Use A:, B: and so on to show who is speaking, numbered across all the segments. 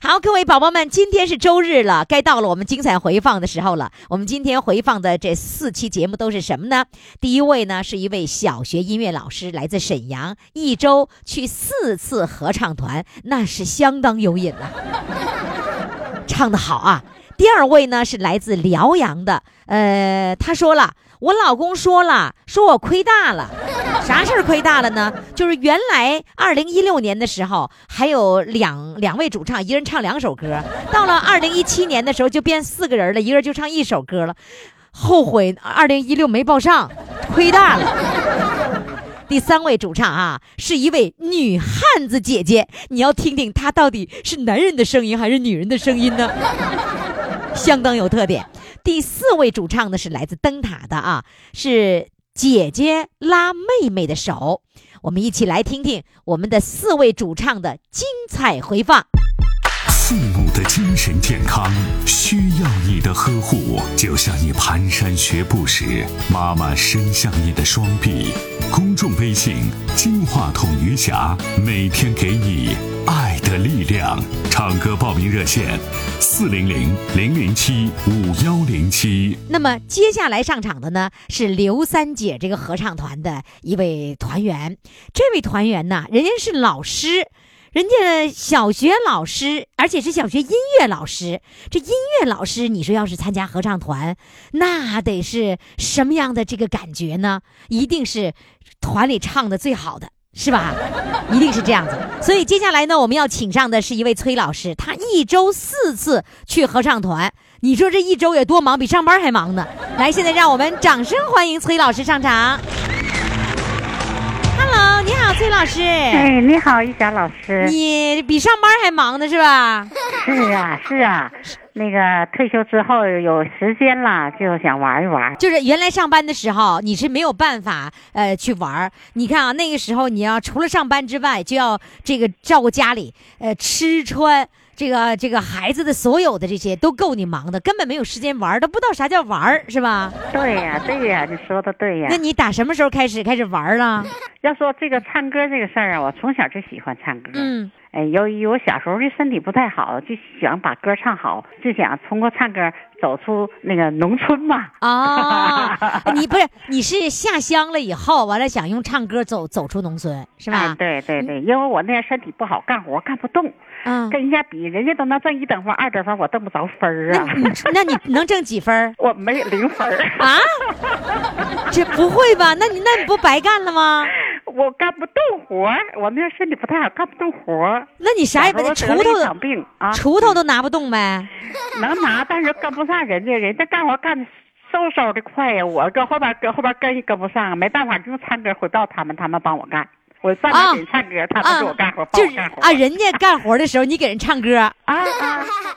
A: 好，各位宝宝们，今天是周日了，该到了我们精彩回放的时候了。我们今天回放的这四期节目都是什么呢？第一位呢是一位小学音乐老师，来自沈阳，一周去四次合唱团，那是相当有瘾了、唱得好啊。第二位呢是来自辽阳的，呃，他说了，我老公说了，说我亏大了。啥事儿亏大了呢？就是原来二零一六年的时候，还有两两位主唱，一人唱两首歌。到了二零一七年的时候，就变四个人了，一个人就唱一首歌了。后悔二零一六没报上，亏大了。第三位主唱啊，是一位女汉子姐姐，你要听听她到底是男人的声音还是女人的声音呢？相当有特点。第四位主唱呢是来自灯塔的啊，是姐姐拉妹妹的手。我们一起来听听我们的四位主唱的精彩回放。
B: 父母的精神健康需要你的呵护，就像你蹒跚学步时，妈妈伸向你的双臂。公众微信“金话筒余霞”每天给你爱的力量。唱歌报名热线：四零零零零七五幺零七。
A: 那么接下来上场的呢是刘三姐这个合唱团的一位团员，这位团员呢，人家是老师。人家小学老师，而且是小学音乐老师。这音乐老师，你说要是参加合唱团，那得是什么样的这个感觉呢？一定是团里唱的最好的，是吧？一定是这样子。 所以接下来呢，我们要请上的是一位崔老师，他一周四次去合唱团。你说这一周也多忙，比上班还忙呢。来，现在让我们掌声欢迎崔老师上场。Hello，你好，崔老师。
C: 哎，你好，玉霞老师。
A: 你比上班还忙呢是吧？
C: 是啊，是啊，那个退休之后有时间啦，就想玩一玩。
A: 就是原来上班的时候，你是没有办法呃去玩儿。你看啊，那个时候你要除了上班之外，就要这个照顾家里，呃，吃穿。这个这个孩子的所有的这些都够你忙的，根本没有时间玩儿，都不知道啥叫玩儿，是吧？
C: 对呀、对呀、你说的对呀、
A: 那你打什么时候开始开始玩儿 啊 了？
C: 要说这个唱歌这个事儿啊，我从小就喜欢唱歌。
A: 嗯，
C: 哎，由于我小时候就身体不太好，就想把歌唱好，就想通过唱歌走出那个农村嘛。
A: 哦，你不是你是下乡了以后，完了想用唱歌走走出农村，是吧？
C: 哎，对对对，因为我那样身体不好，干活干不动，
A: 嗯，
C: 跟人家比，人家都能挣一等分、二等分，我挣不着分儿啊，
A: 那你能挣几分儿
C: 我没有零分儿，
A: 啊？ 这不会吧？那你那你不白干了吗？
C: 我干不动活儿，我那样身体不太好，干不动活儿。
A: 那你啥也
C: 小时
A: 不
C: 候
A: 锄
C: 得了一
A: 头
C: 场病啊，
A: 锄头都拿不动呗？
C: 能 拿，但是跟不上人家，人家干活干的嗖嗖的快呀，我搁后边搁后边跟也跟不上，没办法，就唱歌回报他们，他们帮我干。我站
A: 啊
C: 那里唱歌，他们给我干活，帮
A: 就
C: 我
A: 是
C: 干活。
A: 啊，人家干活的时候你给人唱歌。
C: 啊啊！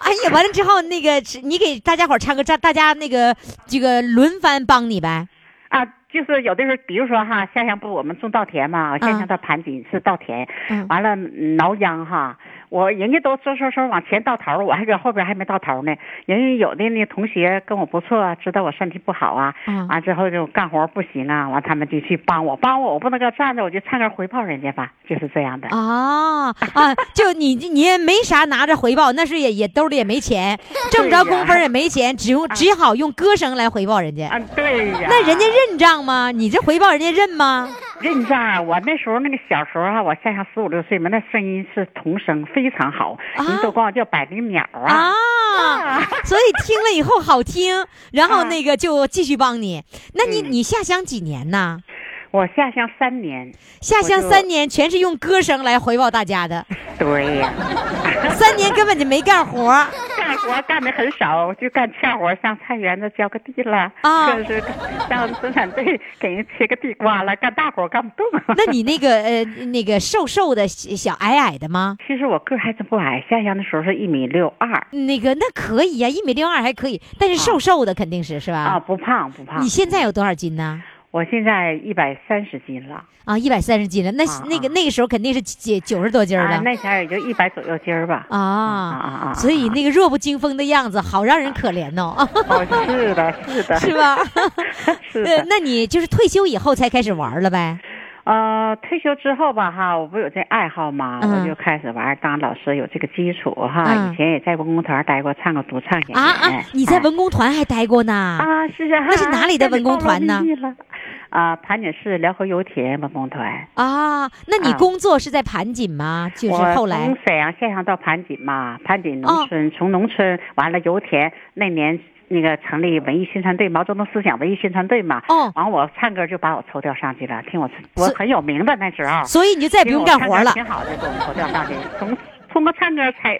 A: 哎呀，完了之后，那个是你给大家伙儿唱歌，大大家那个这个轮番帮你呗。
C: 啊，就是有的时候，比如说哈，下乡不我们种稻田嘛，下乡到盘锦是稻田，
A: 嗯
C: 完了嗯挠秧哈，我人家都嗖嗖嗖往前到头儿，我还搁后边还没到头儿呢。人家有的那同学跟我不错啊，知道我身体不好啊，
A: 嗯
C: 完之后就干活不行啊，完他们就去帮我，帮我我不能搁站着，我就唱歌回报人家吧，就是这样的。
A: 啊啊！ 就你你也没啥拿着回报，那是也也兜里也没 钱，挣不着工分儿也没钱，只用只好用歌声来回报人家。
C: 啊，对呀。
A: 那人家认账吗？你这回报人家认吗？
C: 认账啊！我那时候那个小时候啊，我下乡十五六岁嘛，那声音是童声，非常好，
A: 啊
C: 人都管我叫百灵鸟
A: 啊。 所以听了以后好听，然
C: 啊
A: 后那个就继续帮你。那你你下乡几年呢？
C: 嗯我下乡三年，
A: 下乡
C: 我就
A: 三年全是用歌声来回报大 家的，
C: 对呀、
A: 三年根本就没干活儿。
C: 干活干的很少，就干欠活，上菜园子浇个地了，
A: 啊
C: 或者是上生产队给人切个地瓜了，干大活干不动。
A: 那你那个呃那个瘦瘦的小矮矮的吗？
C: 其实我个儿还真不矮，下乡的时候是一米六二
A: 那个那可以呀、一米六二还可以，但是瘦瘦的肯定是是吧？
C: 啊，不胖不胖
A: 你。现在有多少斤呢？
C: 我我现在一百三十斤了，
A: 啊，一百三十斤了，那
C: 啊
A: 那个
C: 啊
A: 那个时候肯定是九九十多斤儿
C: 啊，
A: 了
C: 那前儿也就一百左右斤儿吧。
A: 啊，
C: 啊啊！
A: 所以那个弱不禁风的样子，好让人可怜哦，
C: 哦，是的，是的，
A: 是吧？
C: 是
A: 呃，
C: 的。
A: 那你就是退休以后才开始玩儿了呗？
C: 呃，退休之后吧，哈，我不有这爱好嘛，
A: 嗯
C: 我就开始玩，当老师有这个基础哈。
A: 嗯
C: 以前也在文工团待过，唱过独唱演员。
A: 啊啊！你在文工团还待过呢？
C: 哎啊，是啊，
A: 那是哪里的文工团呢
C: 暴露秘密了？啊，盘锦市辽河油田文工团。
A: 啊，那你
C: 啊
A: 工作是在盘锦吗？就是
C: 我
A: 后来
C: 从沈阳县城到盘锦嘛，盘啊锦农
A: 哦
C: 村，从农村完了油田那年那个成立文艺宣传队，毛泽东思想文艺宣传队嘛。
A: 哦
C: 完我唱歌就把我抽调上去了，听我我
A: 所
C: 很有名的那时候。
A: 所以你就再也不用干活了
C: 挺好的，给我们抽调上去，从通过唱歌才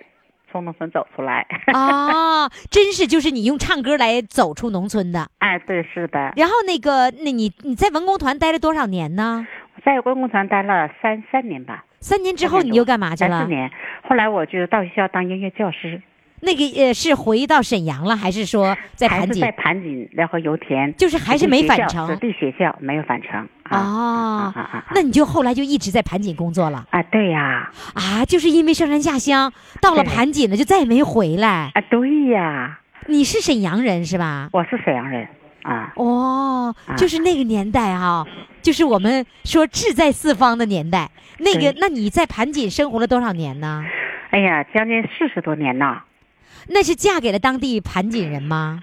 C: 从农村走出哎来。
A: 啊！真是就是你用唱歌来走出农村的。
C: 哎，对，是的，
A: 然后那个，那你你在文工团待了多少年呢？
C: 在文工团待了三三年吧。
A: 啊三年之后你又干嘛去
C: 三
A: 了
C: 四？年，后来我就到学校当音乐教师，
A: 那个呃，是回到沈阳了，还是说在
C: 还
A: 盘
C: 是
A: 锦
C: 在？盘锦辽河油田，
A: 就是还是没返程
C: 子弟学校没有返程啊
A: 啊
C: 啊啊啊！
A: 那你就后来就一直在盘锦工作了
C: 啊，对呀，
A: 啊？就是因为上山下乡，到了
C: 对
A: 盘锦了就再也没回来。
C: 啊对呀，
A: 你是沈阳人是吧？
C: 我是沈阳人啊，
A: 哦，
C: 啊
A: 就是那个年代哈、就是我们说志在四方的年代。那个
C: 对，
A: 那你在盘锦生活了多少年呢？
C: 哎呀，将近四十多年呐。
A: 那是嫁给了当地盘锦人吗？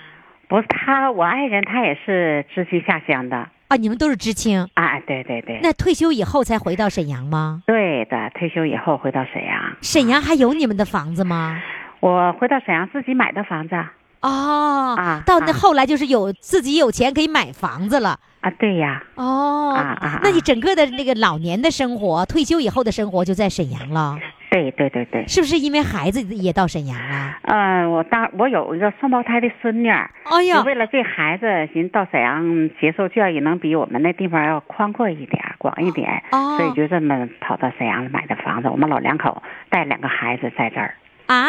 C: 不是他，我爱人他也是知青下乡的
A: 啊，你们都是知青。
C: 啊，对对对，
A: 那退休以后才回到沈阳吗？
C: 对的，退休以后回到沈阳，
A: 沈阳还有你们的房子吗？
C: 我回到沈阳自己买的房子啊，
A: 哦，
C: 啊
A: 到那
C: 啊
A: 后来就是有自己有钱可以买房子了。
C: 对呀，
A: 哦，
C: 啊啊啊
A: 那你整个的那个老年的生活，退休以后的生活就在沈阳了，
C: 对对对对。
A: 是不是因为孩子也到沈阳了？
C: 嗯，我当我有一个双胞胎的孙女儿，
A: 哎
C: 就
A: 呀，
C: 为了这孩子，寻思到沈阳接受教育能比我们那地方要宽阔一点儿、广一点儿，
A: 哦
C: 所以就这么跑到沈阳买的房子。我们老两口带两个孩子在这儿
A: 啊，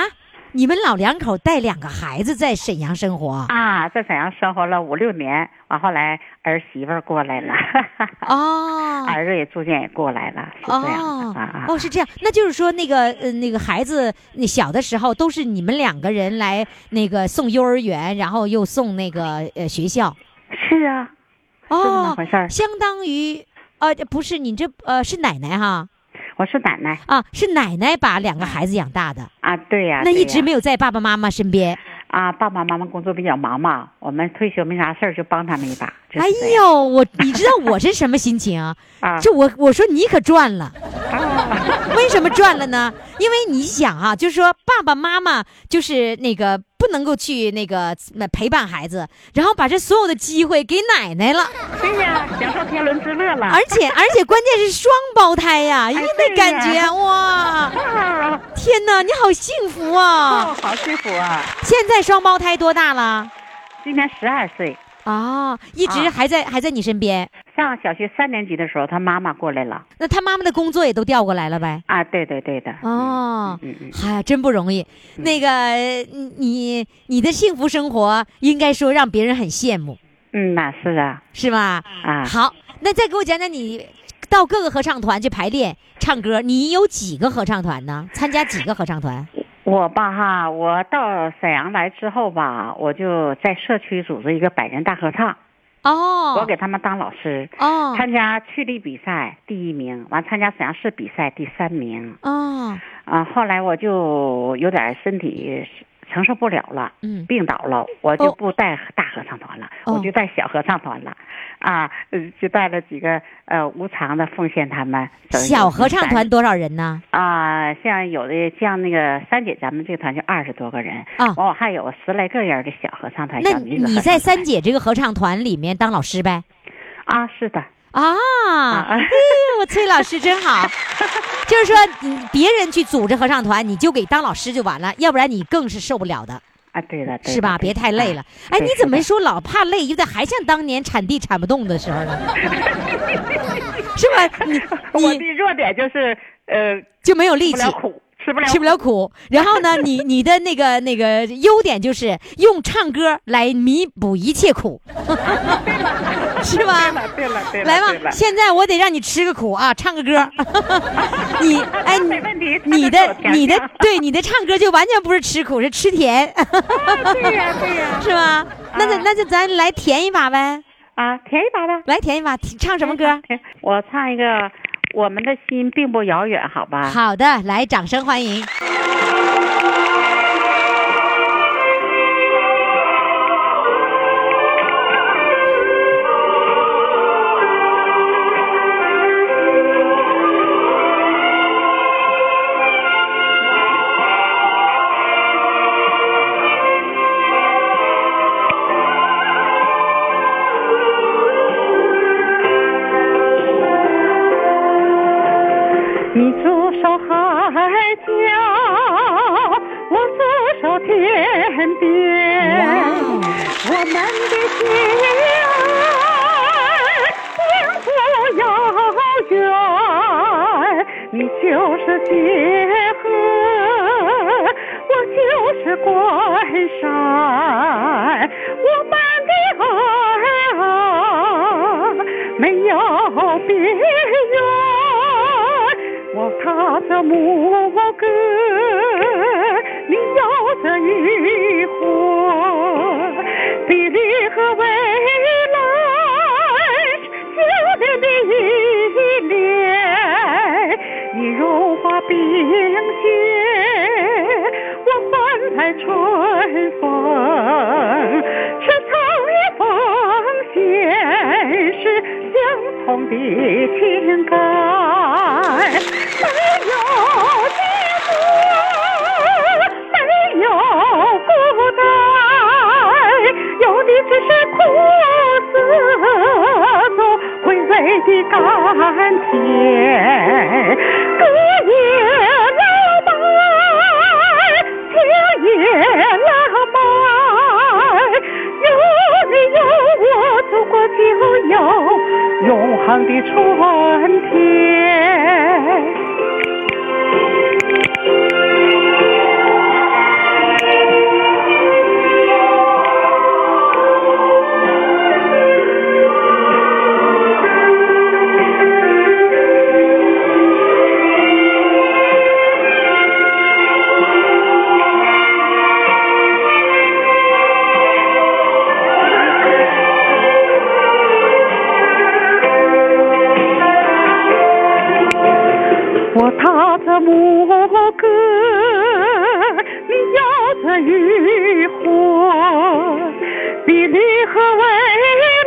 A: 你们老两口带两个孩子在沈阳生活？
C: 啊，在沈阳生活了五六年，完后来儿媳妇儿过来了，
A: 哦。
C: 儿子也逐渐也过来了，是这样
A: 哦
C: 的啊啊。
A: 哦，是这样，那就是说，那个呃，那个孩子，你小的时候都是你们两个人来那个送幼儿园，然后又送那个呃学校，
C: 是啊，是这么
A: 哦
C: 回，事儿。
A: 相当于呃，不是你这呃是奶奶哈
C: 我是奶奶
A: 啊，是奶奶把两个孩子养大的，
C: 啊，对呀、
A: 那
C: 对
A: 一直
C: 呀
A: 没有在爸爸妈妈身边。
C: 啊，爸爸妈妈工作比较忙嘛，我们退休没啥事儿就帮他们一把。就是
A: 哎
C: 这样
A: 呦，我你知道我是什么心情啊？
C: 啊，
A: 就我我说你可赚了。
C: 啊
A: 为什么赚了呢？因为你想啊，就是说爸爸妈妈就是那个不能够去那个呃陪伴孩子，然后把这所有的机会给奶奶了，
C: 对
D: 啊
C: 呀、享受天伦之乐了。
A: 而且而且关键是双胞胎呀、因为那
C: 哎对
A: 感
C: 呀
A: 觉、 哇，
C: 啊，
A: 天哪，你好幸福啊！
C: 哦，好幸福啊！
A: 现在双胞胎多大了？
C: 今年十二岁，
A: 啊，一直
C: 啊
A: 还在、还在你身边。
C: 上小学三年级的时候，他妈妈过来了。
A: 那他妈妈的工作也都调过来了呗？
C: 啊，对对对的。
A: 哦，
C: 嗯嗯，
A: 哎呀，真不容易。那个，呃你你的幸福生活，应该说让别人很羡慕，
C: 嗯，那是啊，
A: 是吧？
C: 啊，
A: 好，那再给我讲讲你到各个合唱团去排练唱歌，你有几个合唱团呢？参加几个合唱团？
C: 我吧哈，我到沈阳来之后吧，我就在社区组织一个百人大合唱，我
A: 哦
C: 给他们当老师，
A: 哦
C: 参加区里比赛第一名，完参加沈阳市比赛第三名。
A: 哦，
C: 啊，后来我就有点身体承受不了了。
A: 嗯，
C: 病倒了，我就
A: 哦
C: 不带大合唱团了，
A: 哦
C: 我就带小合唱团了，啊，呃就带了几个呃无偿的奉献他们。等于
A: 小
C: 有
A: 合唱团
C: 三
A: 多少人呢？
C: 啊、像有的像那个三姐咱们这个团就二十多个人，
A: 啊
C: 完我还有十来个人的小合唱团。
A: 那
C: 小女子
A: 你
C: 合
A: 在
C: 唱团
A: 三姐这个合唱团里面当老师呗？
C: 啊？是的，
A: 啊，哎呦，崔老师真 好。就是说，你别人去组织合唱团，你就给当老师就完了，要不然你更是受不了的，
C: 啊，对的，对的啊
A: 是吧？别太累了。。哎，
C: 对
A: 你怎
C: 是
A: 么
C: 的
A: 说老怕累，有点还像当年铲地铲不动的时候呢？是吧？你
C: 对我
A: 你
C: 的弱点就是呃，
A: 就没有力
C: 不
A: 气
C: 了苦，
E: 吃不了
A: 吃不了苦。然后呢，你你的那个那个优点就是用唱歌来弥补一切苦， 是吧？
E: 对了对了 对了，
A: 来
E: 对了
A: 吧，现在我得让你吃个苦啊，唱个 歌。你哎，你
E: 没问题
A: 你
E: 唱个
A: 的
E: 苦甜
A: 你的
E: 香
A: 对你的唱歌就完全不是吃苦，是吃甜，
E: 啊对呀对 呀，
A: 是吧？那就那就咱来甜一把呗，
E: 啊，甜一把吧。
A: 来甜一把，唱什么歌？
E: 哎？我唱一个《我们的心并不遥远》，好吧？
A: 好的，来，掌声欢迎。
E: 你驻守海角，我驻守天边，我们的心并不遥远。你就是结河，我就是关山，我们的爱啊，没有边缘。我踏着牧歌，你摇着渔火，比利和未来相连的依恋，你融化冰雪，我翻开春风，是草原风线，是相同的情感，没有寂寞，没有孤单，有的只是苦涩中回味的甘甜，歌也浪漫，情也浪漫，有你有我，祖国就有永恒的春天。我踏着牧歌，你摇着渔火，比利和未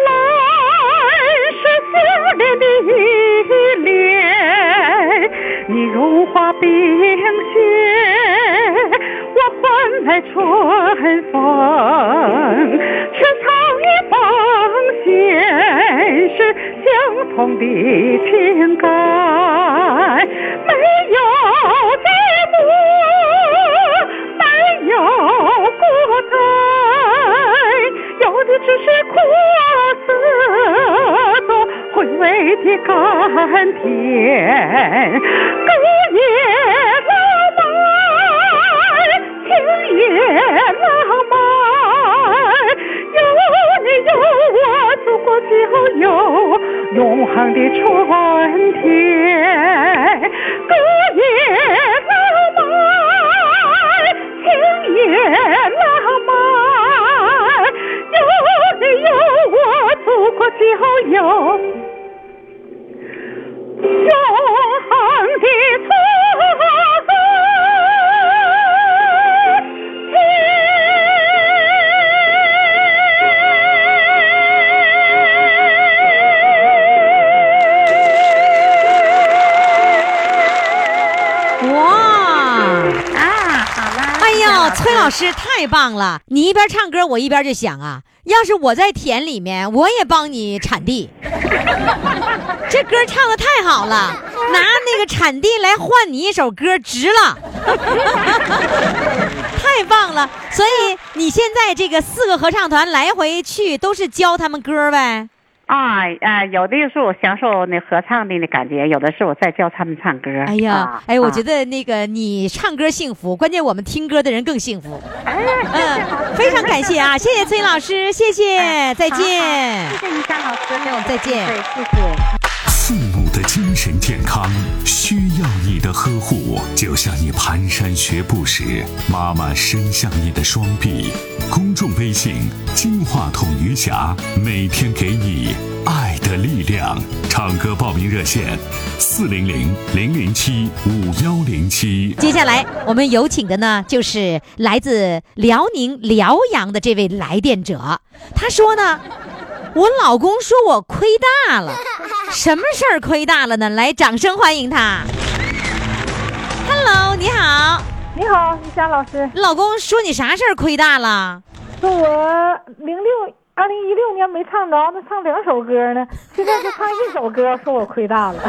E: 来是相连的依恋。你融化冰雪，我翻开春风，是草原风线，是相同的情感，没有寂寞，没有孤单，有的只是苦涩中回味的甘甜，歌也浪漫，情也浪漫，有你有我，祖国就有永恒的春天，歌也浪漫，情也浪漫，有你有我，祖国就有。永恒的春天。
A: 哇，
E: 啊，好啦
A: 哎呦，崔老师太棒了！
E: 嗯
A: 你一边唱歌，我一边就想啊，要是我在田里面，我也帮你铲 地。这歌唱的太好了，拿那个铲地来换你一首歌，值 了。太棒了！所以你现在这个四个合唱团来回去都是教他们歌呗？
C: 啊啊，有的是我享受那合唱的那感觉，有的是我在教他们唱歌。
A: 哎呀
C: 啊，
A: 哎，我觉
C: 得。
A: 得那个你唱歌幸福，关键我们听歌的人更幸福。
C: 哎，谢谢好
A: 嗯，非常感谢啊，谢谢崔老师，谢谢，再见
C: 好好。谢谢于山老师，
A: 那我们再见
C: 对，谢谢。
B: 父母的精神健康需要你的呵护，就像你蹒跚学步时，妈妈伸向你的双臂。公众微信“金话筒余霞”，每天给你爱的力量。唱歌报名热线：四零零零零七五幺零七。
A: 接下来我们有请的呢，就是来自辽宁辽阳的这位来电者，他说呢，我老公说我亏大了，什么事儿亏大了呢？来，掌声欢迎他。Hello，你好，
F: 你好，于霞老师，
A: 老公说你啥事儿亏大了？
F: 说我零六二零一六年没唱着，那唱两首歌呢，现在就唱一首歌，说我亏大了。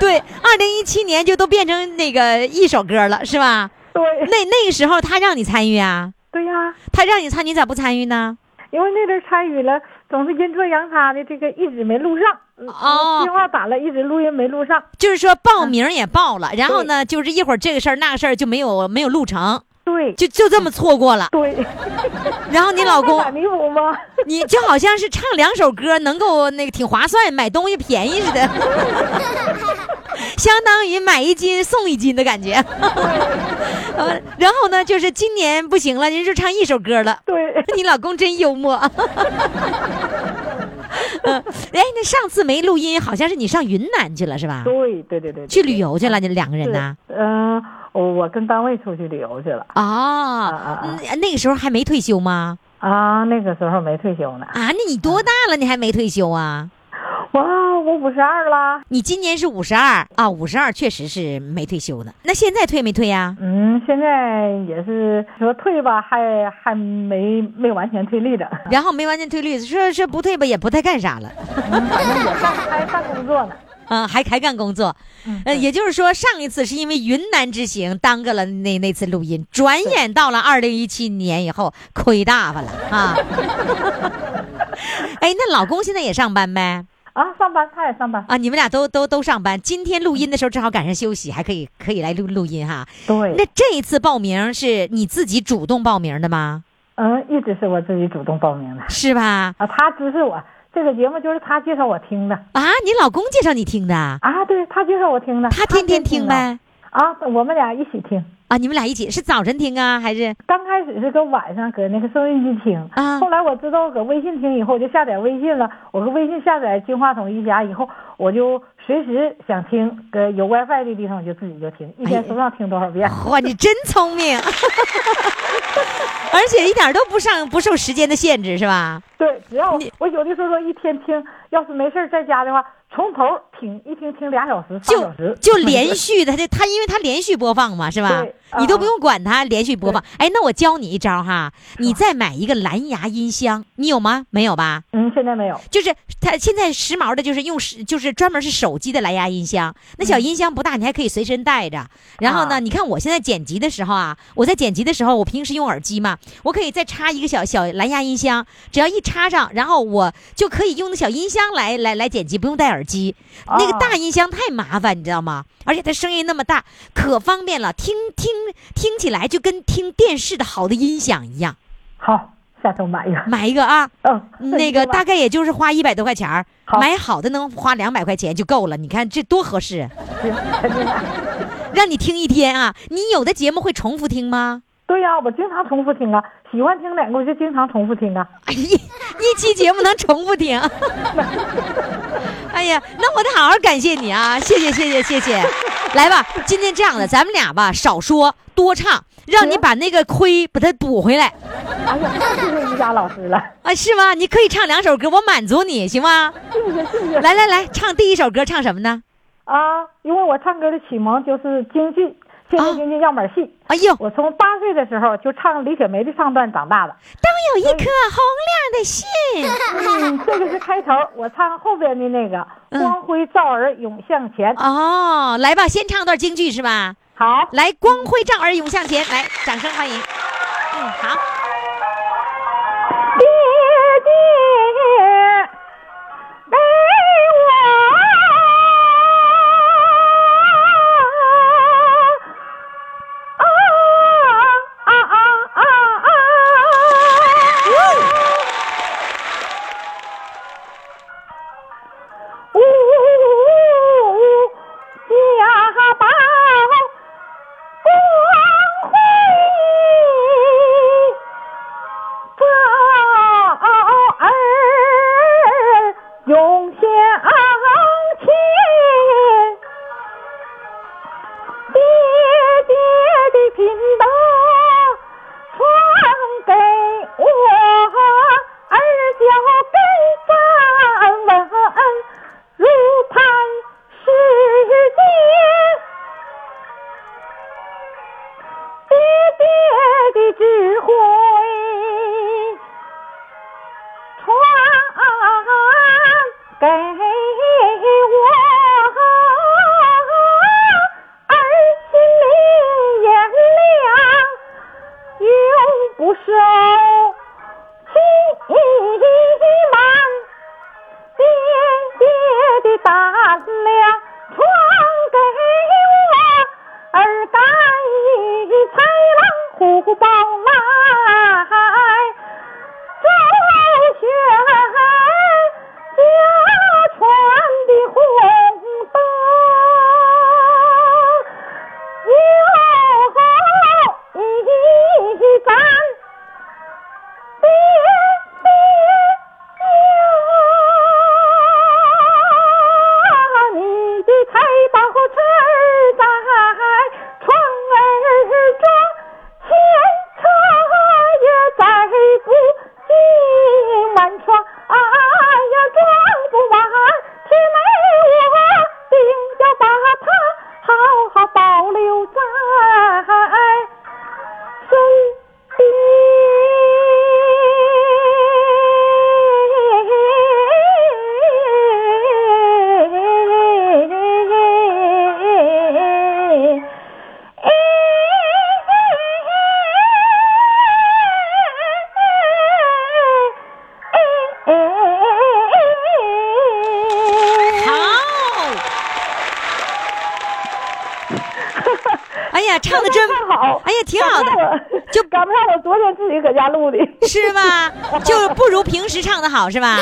A: 对，二零一七年就都变成那个一首歌了，是吧？
F: 对，
A: 那那个时候他让你参与啊，
F: 对呀、
A: 他让你参与，你咋不参与呢？
F: 因为那阵儿参与了，总是阴错阳差的，这个一直没录上。嗯
A: 哦
F: 电话打了，一直录音没录上。
A: 就是说报名
F: 嗯
A: 也报了，然后呢，就是一会儿这个事儿那个事儿就没有没有录成，
F: 对，
A: 就就这么错过了。
F: 对，
A: 然后你老
F: 那咋
A: 公，
F: 弥补吗？
A: 你就好像是唱两首歌能够那个挺划算，买东西便宜 似的，相当于买一斤送一斤的感觉。呃， 然后呢，就是今年不行了，人就唱一首歌了。
F: 对，
A: 你老公真 幽默。 嗯，哎，那上次没录音，好像是你上云南去了是吧？
F: 对，对，对，对，
A: 去旅游去了，你两个人
F: 对
A: 呢？
F: 嗯、我我跟单位出去旅游去了
A: 哦嗯
F: 啊，啊
A: 那那个时候还没退休吗？
F: 啊，那个时候没退休呢。嗯
A: 啊，那你多大了？你还没退休啊？
F: 哇，我五十二啦。
A: 你今年是五十二啊，五十二确实是没退休呢。那现在退没退呀、
F: 嗯，现在也是说退吧，还还没没完全退力的，
A: 然后没完全退率，说说不退吧，也不太干啥了，
F: 还干工作呢。
A: 啊，还还干工作。
F: 嗯
A: 呃，也就是说，上一次是因为云南之行耽搁了那那次录音，转眼到了二零一七年以后，亏大发了 啊。哎，那老公现在也上班呗？
F: 啊，上班他也上班。
A: 啊，你们俩都都都上班。今天录音的时候正好赶上休息，还可以可以来录录音哈。
F: 对
A: 那这一次报名是你自己主动报名的吗？
F: 嗯，一直是我自己主动报名的
A: 是吧？
F: 啊，他支持我。这个节目就是他介绍我听的
A: 啊，你老公介绍你听的啊，
F: 啊，对他介绍我听的，
A: 他天天听
F: 的
A: 呗。
F: 啊，我们俩一起听。
A: 啊，你们俩一起是早晨听啊，还是
F: 刚开始是搁晚上搁那个收音机听，
A: 啊
F: 后来我知道搁微信听以后，我就下载微信了。我搁微信下载金话筒一家以后，我就随时想听，搁有 WiFi 的地方我就自己就听，一天
A: 哎
F: 说不上听多少遍。
A: 哇，你真 聪明，而且一点都不上不受时间的限制是吧？
F: 对，只要
A: 你
F: 我有的时候说一天听，要是没事儿在家的话，从头听一听听俩小时、三
A: 就
F: 小时，
A: 就连续的，他就他因为他连续播放嘛，是吧
F: 对？啊
A: 你都不用管他连续播放。哎，那我教你一招哈，你再买一个蓝牙音箱，你有吗？没有吧？
F: 嗯，现在没有
A: 就是它现在时髦的，就是用是就是专门是手机的蓝牙音箱，那小音箱不大，你还可以随身带着。然后呢，
F: 啊
A: 你看我现在剪辑的时候啊，我在剪辑的时候，我平时用耳机嘛，我可以再插一个小小蓝牙音箱，只要一插上，然后我就可以用那小音箱来来来剪辑，不用戴耳机。那个
F: 啊
A: 大音箱太麻烦，你知道吗？而且它声音那么大，可方便了，听听听起来就跟听电视的好的音响一样。
F: 好，下周买一个。
A: 买一个啊，
F: 嗯，
A: 那个大概也就是花一百多块钱儿，
F: 好
A: 买好的能花两百块钱就够了。你看这多合适，啊让你听一天啊！你有的节目会重复听吗？
F: 对呀、我经常重复听啊，喜欢听哪个我就经常重复听啊。
A: 哎一一期节目能重复听？哎呀，那我得好好感谢你啊！谢谢谢谢谢谢，来吧，今天这样的，咱们俩吧，少说多唱，让你把那个亏把它补回来
F: 哎呀，谢谢于佳老师了，
A: 啊，是吗？你可以唱两首歌，我满足你行吗？
F: 谢谢谢谢
A: 来来来，唱第一首歌，唱什么呢？
F: 啊！因为我唱歌的启蒙就是京剧，现
A: 啊
F: 代京剧样板戏。
A: 哎呦，
F: 我从八岁的时候就唱李雪梅的唱段长大的，
A: 都有一颗红亮的心。
F: 嗯，这个是开头，我唱后边的那个“光辉照儿涌向前
A: 嗯哦，来吧，先唱段京剧是吧？”。
F: 好，
A: 来，光辉照儿涌向前，来，掌声欢迎。嗯，好。
F: 爹爹。
A: 哦 哎呀，唱的真
E: 太好
A: 哎呀，挺好
E: 赶不上
A: 的，
E: 我
A: 就
E: 赶不上我昨天自己搁家录的。
A: 是吧？就不如平时唱的好，是 吧？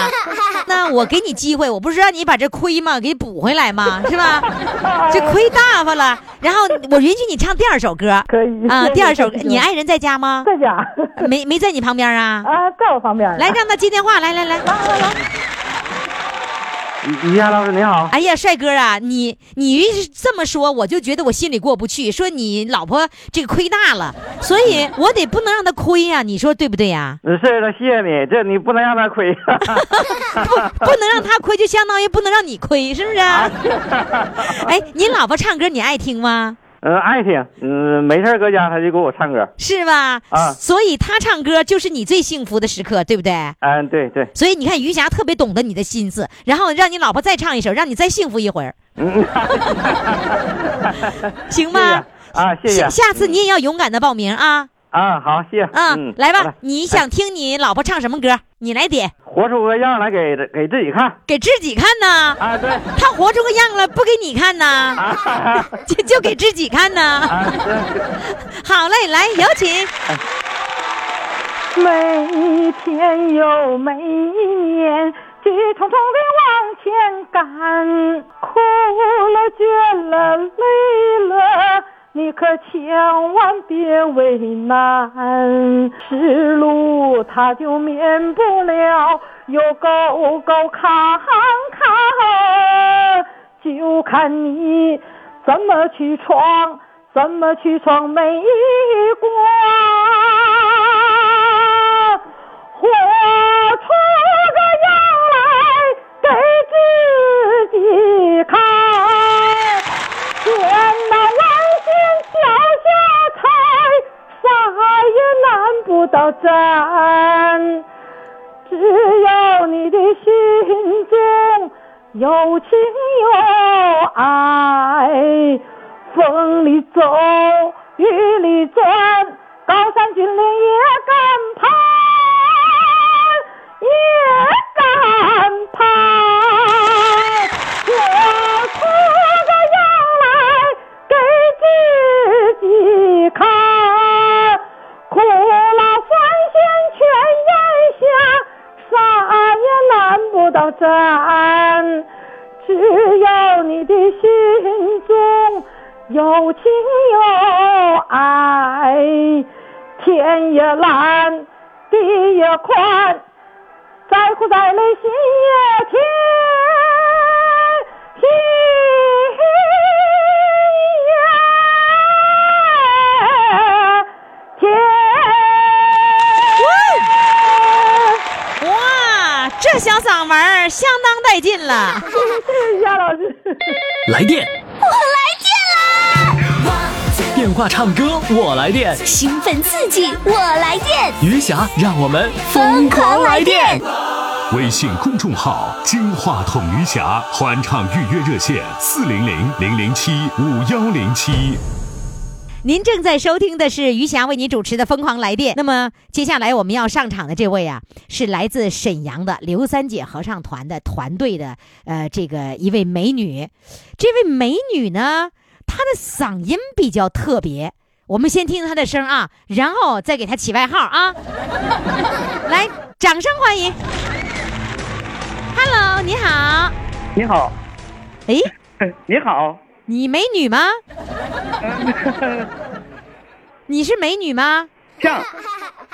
A: 那我给你机会，我不是让你把这亏嘛给补回来 吗？是
E: 啊
A: 吧？这亏大发了，然后我允许你唱第二首歌，
E: 可以
A: 啊，第二首
E: 可
A: 歌，
E: 以
A: 你爱人在家吗？
E: 在家
A: 没没在你旁边啊？
E: 啊，在我旁边。
A: 来，让他接电话，来来来。
G: 于霞老师您好，
A: 哎呀，帅哥啊，你你一这么说，我就觉得我心里过不去。说你老婆这个亏大了，所以我得不能让她亏呀、你说对不对啊呀、
G: 是的，谢谢你，这你不能让 他 亏。
A: 不不能让她亏，就相当于不能让你亏，是不是、啊？ 哎，你老婆唱歌你爱听吗？
G: 嗯，爱听，嗯，没事儿搁家他就给我唱歌。
A: 是吧？
G: 啊
A: 所以她唱歌就是你最幸福的时刻，对不对？
G: 嗯，对对，
A: 所以你看，余霞特别懂得你的心思，然后让你老婆再唱一首，让你再幸福一 会儿，行
G: 谢谢
A: 吗？
G: 啊，谢谢
A: 下下次你也要勇敢的报名啊！
G: 啊，好，谢谢。
A: 啊，来
G: 好
A: 吧
G: 嘞，
A: 你想听你老婆唱什么歌？你来点，
G: 活出个样来给给自己看
A: 给自己看呐。
G: 啊，对
A: 她活出个样了，不给你看呐，
G: 啊
A: 就就给自己看呐。
G: 啊，对。
A: 好嘞，来，有请。
E: 每天又每一年，急匆匆地往前赶，哭了倦了累了，你可千万别为难。是路它就免不了有沟沟坎坎，就看你怎么去闯，怎么去闯每一关。活出个样来给自己看，千难万险脚下踩，啥也难不倒咱。只要你的心中有情有爱，风里走，雨里转，高山峻岭也敢攀，也敢攀，活出个样来给自己看，苦辣酸咸全咽下，啥也难不倒咱。只要你的心中有情有爱，天也蓝，地也宽，再苦再累心也甜。心也甜
A: 哇，这小嗓门儿相当带劲了。
E: 谢谢夏老师。
H: 来电，我来电啦！电话唱歌我来电，
I: 兴奋刺激，我来电，
H: 余霞让我们
I: 疯狂来电！
B: 微信公众号“金话筒余霞”欢唱预约热线：四零零零零七五幺零七。
A: 您正在收听的是余霞为您主持的《疯狂来电》。那么接下来我们要上场的这位啊，是来自沈阳的刘三姐合唱团的团队的呃这个一位美女。这位美女呢，她的嗓音比较特别。我们先听她的声啊，然后再给她起外号啊。来，掌声欢迎。Hello，你好。
J: 你好，
A: 哎，
J: 你好，
A: 你美女 吗？你是美女吗？
J: 像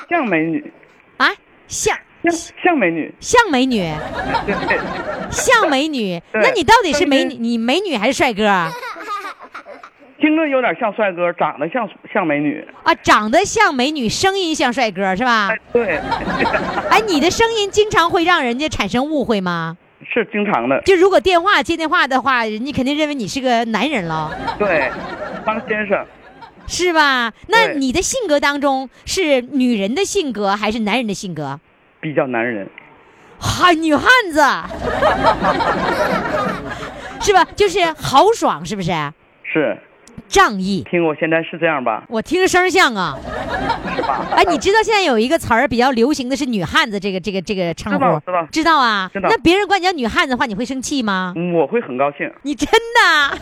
J: 像美女，
A: 啊，像
J: 像像美女，
A: 像美女，像美女。
J: 对
A: 那你到底是美
J: 声
A: 女？你美女还是帅哥啊？
J: 听着有点像帅哥，长得像像美女。
A: 啊，长得像美女，声音像帅哥是吧
J: 哎？，对，
A: 哎，你的声音经常会让人家产生误会吗？
J: 是经常的，
A: 就如果电话接电话的话，人家肯定认为你是个男人了，
J: 对，当先生，
A: 是吧？那
J: 对
A: 你的性格当中是女人的性格还是男人的性格？
J: 比较男人，
A: 哈，女汉 子，是吧？就是豪爽，是不是？
J: 是
A: 仗义。
J: 听我现在是这样吧？
A: 我听着声儿像啊，哎，你知道现在有一个词儿比较流行的是“女汉子”这个这个这个称呼，
J: 知道知道
A: 啊？
J: 知道
A: 那别人管你叫女汉子的话，你会生气吗？
J: 嗯，我会很高兴。
A: 你真的？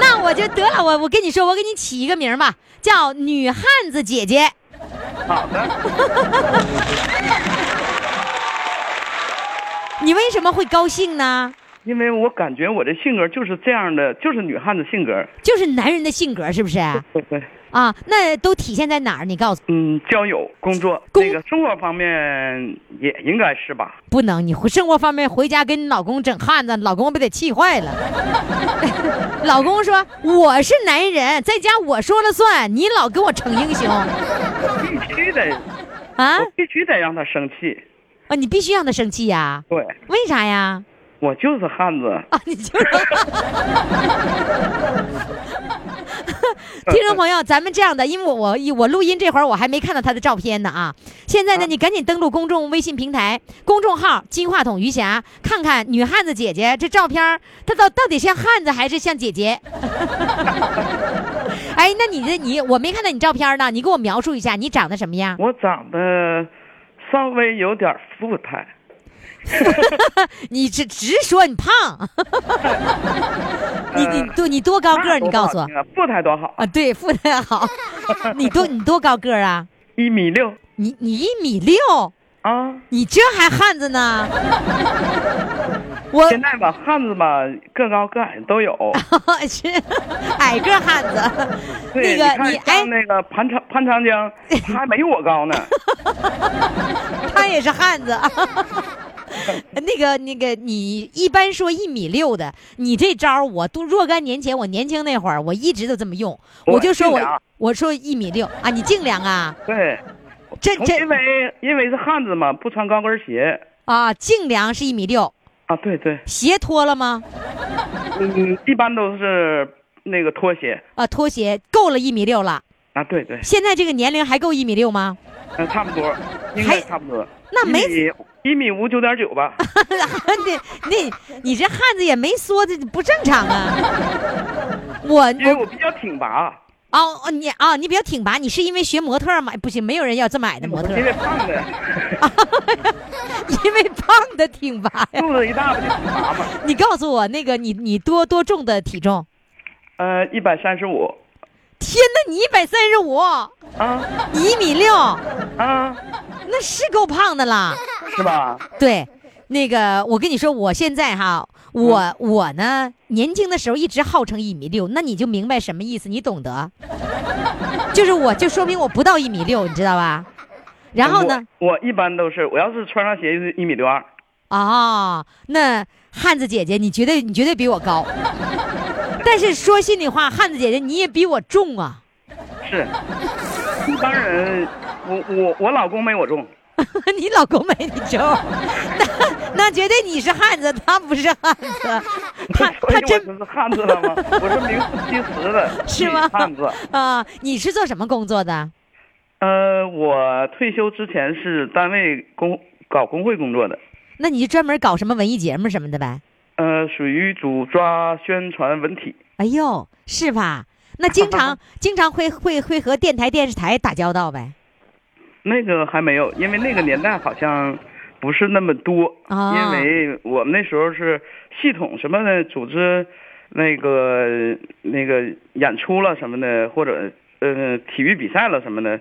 A: 那我就得了，我我跟你说，我给你起一个名儿吧，叫“女汉子姐姐
J: 好的，”。
A: 你为什么会高兴呢？
J: 因为我感觉我的性格就是这样的，就是女汉子性格。
A: 就是男人的性格，是不是？啊，
J: 对对，
A: 那都体现在哪儿？你告诉我，
J: 嗯，交友、工作，
A: 工
J: 那个生活方面也应该是吧？
A: 不能，你回生活方面回家跟你老公整汉子，老公不得气坏了？ 老公说我是男人，在家我说了算，你老跟我逞英雄啊
J: 必须得，我必须得让他生气。
A: 啊！你必须让他生气呀、
J: 对，
A: 为啥呀？
J: 我就是汉子。
A: 啊，你就是。听众朋友，咱们这样的，因为我我我录音这会儿我还没看到他的照片呢啊！现在呢，你赶紧登录公众微信平台公众号“金话筒余霞”，看看女汉子姐姐这照片儿，她到到底像汉子还是像姐姐？哎，那你的你我没看到你照片儿呢，你给我描述一下你长得什么样？
J: 我长得稍微有点富态，
A: 你直直说你胖，你你多你多高个儿？你告诉我。
J: 呃那多不好听啊，富态多好，
A: 啊，对，富态 好。你多你多高个儿啊？
J: 一米六
A: 你你一米六，
J: 啊。
A: 你这还汉子呢？ 我
J: 现在吧，汉子吧，个高个矮都 有。
A: 是矮个儿汉子。那
J: 对，
A: 个你
J: 看像
A: 哎，
J: 那个潘长潘长 江，他还没我高呢。
A: 他也是汉子。 那个那个，你一般说一米六的，你这招儿我都若干年前我年轻那会儿，我一直都这么用，我
J: 我
A: 就说
J: 净
A: 我
J: 量啊
A: 我说一米六啊，你净量啊，
J: 对，
A: 这这
J: 因为因为是汉子嘛，不穿高跟鞋
A: 啊净量是一米六，
J: 啊。对对，
A: 鞋脱了吗？
J: 嗯，一般都是那个拖鞋
A: 啊，拖鞋够了一米六了。
J: 啊。对对，
A: 现在这个年龄还够一米六吗？
J: 嗯，差不多，应该差不多。
A: 那没
J: 一米一米五九点九吧。
A: 那那你这汉子也没缩，这不正常啊！ 我
J: 因为
A: 我
J: 我比较挺拔，
A: 哦哦你啊、你比较挺拔，你是因为学模特吗？哎不行，没有人要这么矮的模特
J: 我，因为胖的，
A: 因为胖的挺拔呀。
J: 肚子一大不就挺拔吗？
A: 你告诉我，那个你你多多重的体重？
J: 呃，一百三十五
A: 天哪，你一百三十五，
J: 啊
A: 你一米六，
J: 啊，
A: 那是够胖的啦。
J: 是吧？
A: 对，那个我跟你说，我现在哈，我、
J: 嗯
A: 我呢，年轻的时候一直号称一米六，那你就明白什么意思，你懂得，就是我就说明我不到一米六，你知道吧？然后呢，
J: 我？我一般都是，我要是穿上鞋就是一米六二，
A: 哦，那汉子姐姐，你绝对你绝对比我高，但是说心里话，汉子姐姐你也比我重啊。
J: 是。一般人，我我我老公没我重，
A: 你老公没你重，那那绝对你是汉子，他不是汉 子，他
J: 所以
A: 他
J: 我
A: 真
J: 就是汉子了吗？我是名副其实的，
A: 是吗？
J: 汉子。
A: 啊，你是做什么工作的？
J: 呃，我退休之前是单位工搞工会工作的，
A: 那你就专门搞什么文艺节目什么的呗？
J: 呃，属于主抓宣传文体。
A: 哎呦，是吧？那经 常经常会会会和电台电视台打交道呗？
J: 那个还没有，因为那个年代好像不是那么多，
A: 啊
J: 因为我们那时候是系统什么的组织，那个那个演出了什么的，或者呃体育比赛了什么的，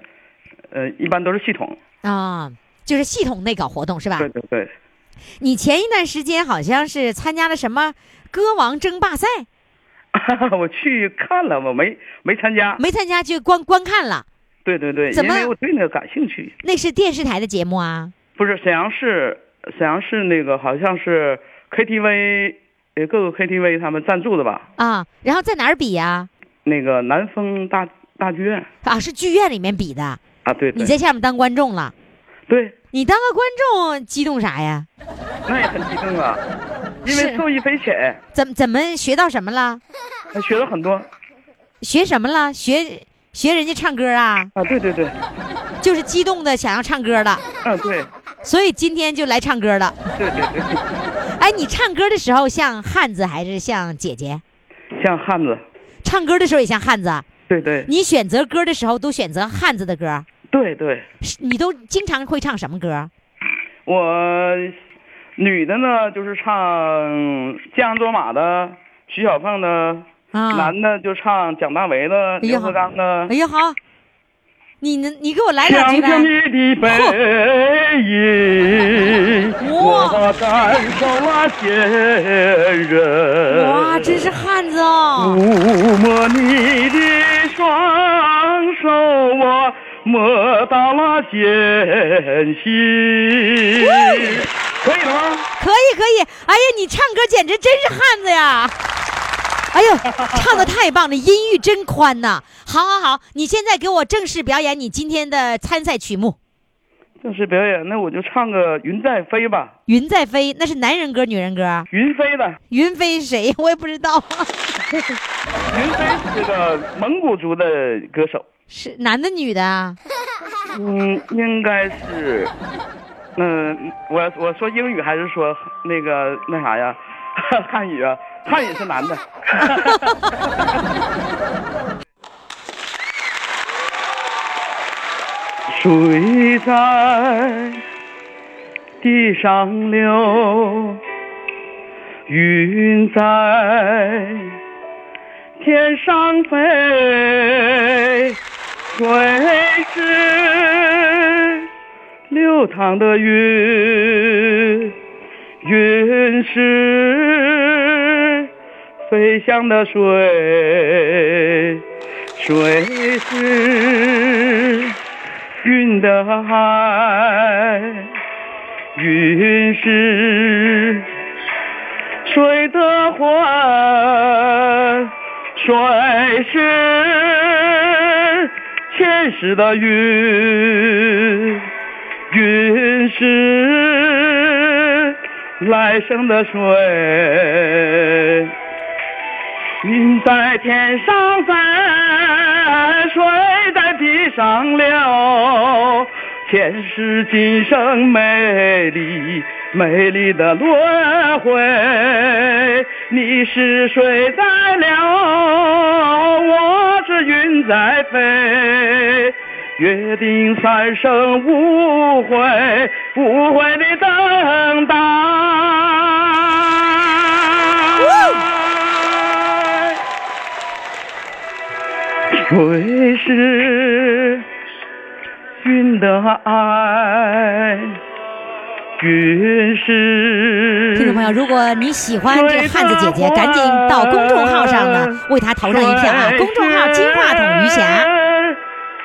J: 呃，一般都是系统。
A: 啊，就是系统内搞活动是吧
J: 对？对对，
A: 你前一段时间好像是参加了什么歌王争霸赛，
J: 我去看了，我没没参加。
A: 没参加就观观看了，
J: 对对对，
A: 怎
J: 因
A: 么
J: 为我对那个感兴趣。
A: 那是电视台的节目啊？
J: 不是沈阳市，沈阳市那个好像是 KTV，呃，各个 KTV 他们赞助的吧？
A: 啊，然后在哪儿比呀、
J: 那个南丰大大剧院
A: 啊？是剧院里面比的，
J: 啊，对
A: 你
J: 对
A: 在下面当观众了，
J: 对，
A: 你当个观众激动啥呀？
J: 那也很激动啊，因
A: 是
J: 为受益匪浅，
A: 怎么怎么学到什么了？
J: 还学了很多
A: 学什么了？学学人家唱歌啊，
J: 啊，对对对，
A: 就是激动的想要唱歌了，
J: 嗯、对
A: 所以今天就来唱歌了。
J: 对对
A: 哎，你唱歌的时候像汉子还是像姐姐？
J: 对，像汉子，
A: 唱歌的时候也像汉子啊，
K: 对对
A: 你选择歌的时候都选择汉子的歌，
K: 对对，啊
A: 是你都经常会唱什么歌？
K: 我女的呢就是唱江洋卓玛的、徐小凤的，
A: 啊
K: 男的就唱蒋大为的、
A: 哎呀
K: 刘德刚的
A: 哎。呀好，你能你给我来两
K: 想
A: 句
K: 着
A: 呗？
K: 你的背影，
A: 哇
K: 我感受了坚韧。
A: 哇，真是汉子
K: 嗯
A: 哦！
K: 抚摸你的双手，我摸到了艰辛。可以了吗？
A: 可以可以，哎呀，你唱歌简直真是汉子呀！哎 呦，唱的太棒了，音域真宽呐！好好好，你现在给我正式表演你今天的参赛曲目《
K: 正式表演，那我就唱个《云在飞》吧，
A: 云在飞》，那是男人歌女人歌？
K: 云飞的，
A: 云飞是谁？我也不知道，
K: 云飞是个蒙古族的歌手，
A: 是男的女的啊？
K: 嗯，应该是，嗯，我我说英语还是说那个那啥呀， 汉语啊？汉语是男的。 水在地上流，云在天上飞，水是流淌的云，云是飞翔的水，水是云的海，云是水的魂，水是现实的云，云是来生的水。云在天上飞，水在地上流，前世今生美丽美丽的轮回。你是水在流，我是云在飞。约定三生无悔，无悔的等待。水是云的爱，云是
A: 听众朋友，如果你喜欢这汉子姐姐，赶紧到公众号上呢为她投上一票啊！公众号“金话筒余霞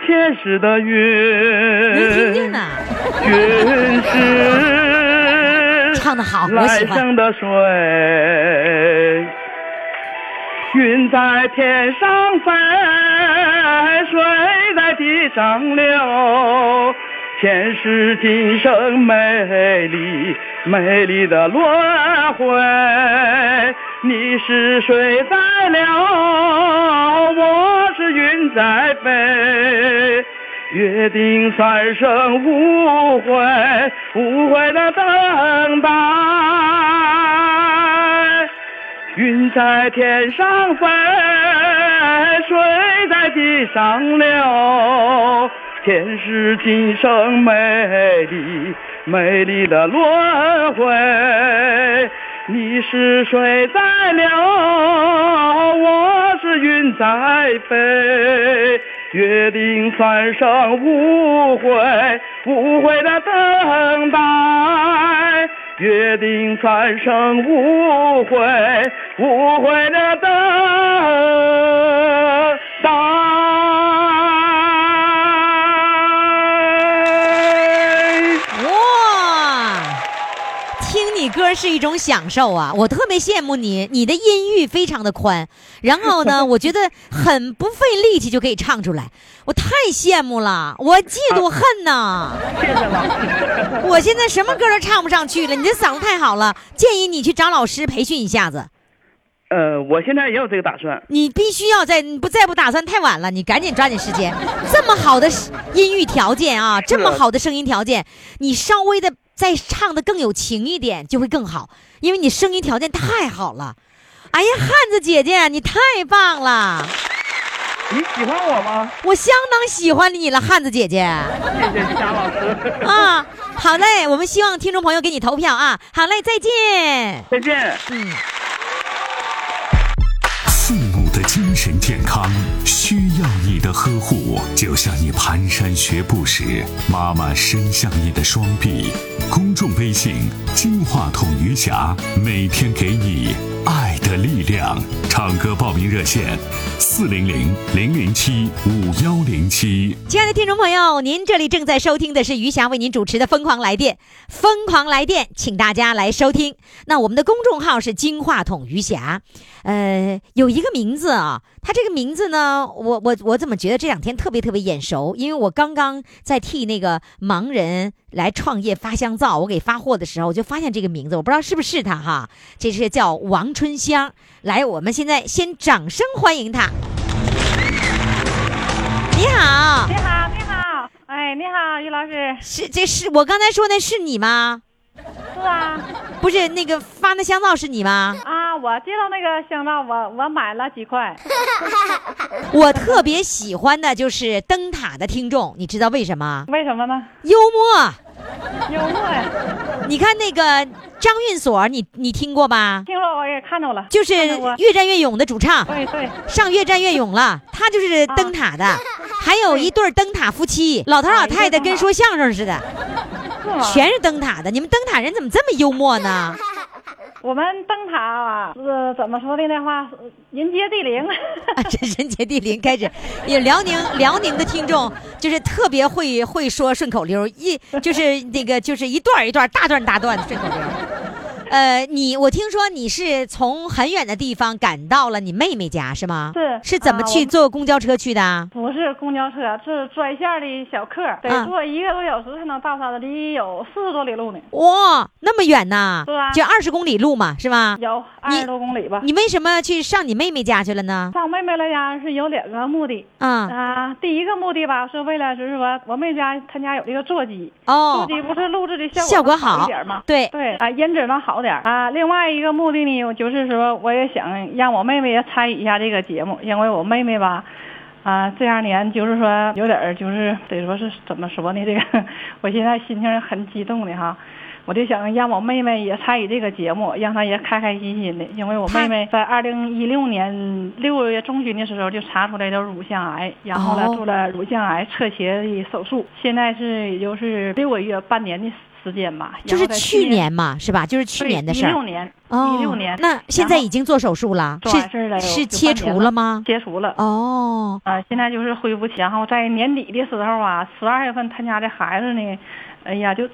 K: 天使的”，
A: 能
K: 云，
A: 听见呢，
K: 云是
A: 唱的好，我
K: 来
A: 喜欢。
K: 生的水，云在天上飞，水在地上流。前世今生美丽美丽的轮回，你是水在流，我是云在飞。约定三生无悔，无悔的等待。云在天上飞，水在地上流。前世今生美丽美丽的轮回，你是水在流，我是云在飞。约定三生无悔，无悔的等待。约定三生无悔，无悔的等待。
A: 哇，听你歌是一种享受啊！我特别羡慕你，你的音域非常的宽，然后 呢，我觉得很不费力气就可以唱出来，我太羡慕了，我嫉妒恨呐！ 我现在什么歌都唱不上去了，你这嗓子太好了，建议你去找老师培训一下子。
K: 呃，我现在也有这个打算。
A: 你必须要在，你不再不打算太晚了，你赶紧抓紧时间。这么好的声音域条件啊，这么好的声音条件，你稍微的再唱的更有情一点就会更好，因为你声音条件太好了。哎呀，汉子姐姐，你太棒了，
K: 你喜欢我吗？
A: 我相当喜欢你了，汉子姐姐。
K: 谢谢夏老师，
A: 啊，好嘞，我们希望听众朋友给你投票啊。好嘞，再见。
K: 再见。
A: 嗯。
B: 父母的精神健康需要你的呵护，就像你蹒跚学步时，妈妈伸向你的双臂。公众微信“金话筒余霞”，每天给你爱的力量。唱歌报名热线：四零零零零七五幺零七。
A: 亲爱的听众朋友，您这里正在收听的是余霞为您主持的《疯狂来电》，疯狂来电，请大家来收听。那我们的公众号是金话筒余霞，呃，有一个名字啊，它这个名字呢，我我我怎么觉得这两天特别特别眼熟？因为我刚刚在替那个盲人来创业发香皂，我给发货的时候，我就发现这个名字，我不知道是不是他哈，这是叫王春香。来，我们现在先掌声欢迎他。你好。
F: 你好，你好，哎，你好，于老师，
A: 是，这是我刚才说那是你吗？
F: 是啊，
A: 不是那个发那香皂是你吗？
F: 啊，我知道那个香皂，我我买了几块，
A: 我特别喜欢的就是灯塔的听众，你知道为什么？
F: 为什么呢？
A: 幽默。
F: 幽默呀，
A: 你看那个张运所，你你听过吧？
F: 听说我也看着了，
A: 就是
F: 看着我
A: 《越战越勇》的主唱，
F: 对对，啊
A: 上《越战越勇》了，他就是灯塔的。还有一对儿灯塔夫妻，老头老太太跟说相声似的，
F: 是吗？
A: 全是灯塔的。你们灯塔人怎么这么幽默 呢？
F: 我们灯塔啊，是怎么说的那话？人杰地灵。
A: 啊，这人杰地灵开始，有辽宁辽宁的听众就是特别会会说顺口溜，一就是那个就是一段儿一段儿大段儿大段的顺口溜。呃，你我听说你是从很远的地方赶到了你妹妹家是吗？
F: 是
A: 是怎么
F: 啊
A: 去
F: 我
A: 坐公交车去的啊？
F: 不是公交车，是专线的小客，
A: 啊
F: 得坐一个多小时才能到她的，离有四十多里路呢，
A: 哇、那么远呐
F: 是啊！
A: 就二十公里路嘛，是吧？
F: 有啊二
A: 你
F: 十多公里吧。
A: 你为什么去上你妹妹家去了呢？
F: 上妹妹来家是有两个目的
A: 啊、
F: 啊，第一个目的吧，是为了就是说我妹家她家有这个座机，座
A: 哦，
F: 机不是录制的效
A: 效果
F: 果
A: 好
F: 一点吗？
A: 对，
F: 对啊，音质能好点儿啊。另外一个目的呢，我就是说，我也想让我妹妹也参与一下这个节目，因为我妹妹吧，啊，这两年就是说有点儿就是得说是怎么说呢？这个 我现在心情很激动的哈，我就想让我妹妹也参与这个节目，让她也开开心心的，因为我
A: 她
F: 妹妹在二零一六年六月中旬的时候就查出来的乳腺癌，然后呢
A: 哦
F: 做了乳腺癌侧切的手术，现在是也就是六个月半年的时间吧，然
A: 就是
F: 后在今
A: 去年嘛，是吧？就是去年的事
F: 一
A: 儿
F: 六。年，
A: 哦，
F: 一六年，
A: 那现在已经做手术了，
F: 做完事儿了
A: 是
F: 有
A: 是
F: 有
A: 切
F: 半年
A: 除
F: 了
A: 了吗？
F: 切除了。
A: 哦，
F: 啊，现在就是恢复期，然后在年底的时候啊，十二月份他家这孩子呢，哎呀，就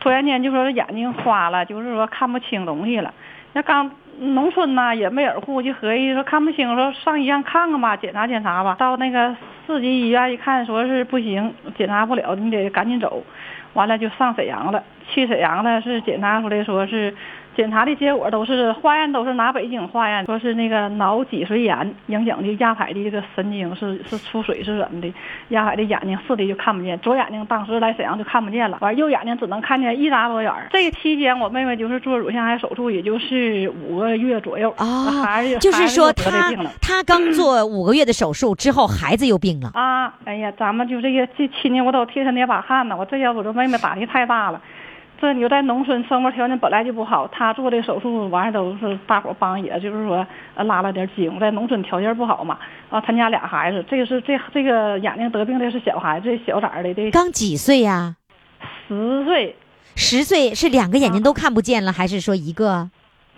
F: 突然间就说眼睛花了，就是说看不清东西了。那刚农村嘛，也没人护，就合计说看不清，说上医院看看吧，检查检查吧。到那个市级医院一看，说是不行，检查不了，你得赶紧走。完了就上沈阳了，去沈阳了是检查出来说是，检查的结果都是化验都是拿北京化验，说是那个脑脊髓炎影响的亚海的这个神经是是出水是怎么的，亚海的眼睛视力就看不见，左眼睛当时来沈阳就看不见了，完右眼睛只能看见一眨多眼儿。这个期间我妹妹就是做乳腺癌手术，也就是五个月左右，
A: 哦
F: 孩子
A: 就是说
F: 孩子就得这
A: 他
F: 病了。
A: 他刚做五个月的手术之后，孩子又病了。
F: 啊，哎呀，咱们就这些这亲戚，我都替他捏把汗呢。我这要我这妹妹打击太大了，这你就在农村生活条件本来就不好，他做的手术完事都是大伙帮，也就是说呃拉了点筋。在农村条件不好嘛，啊，他家俩孩子，这个是这这个眼睛得病的是小孩子，这小崽儿的这
A: 刚几岁呀、
F: 十岁，
A: 十岁是两个眼睛都看不见了，还是说一个？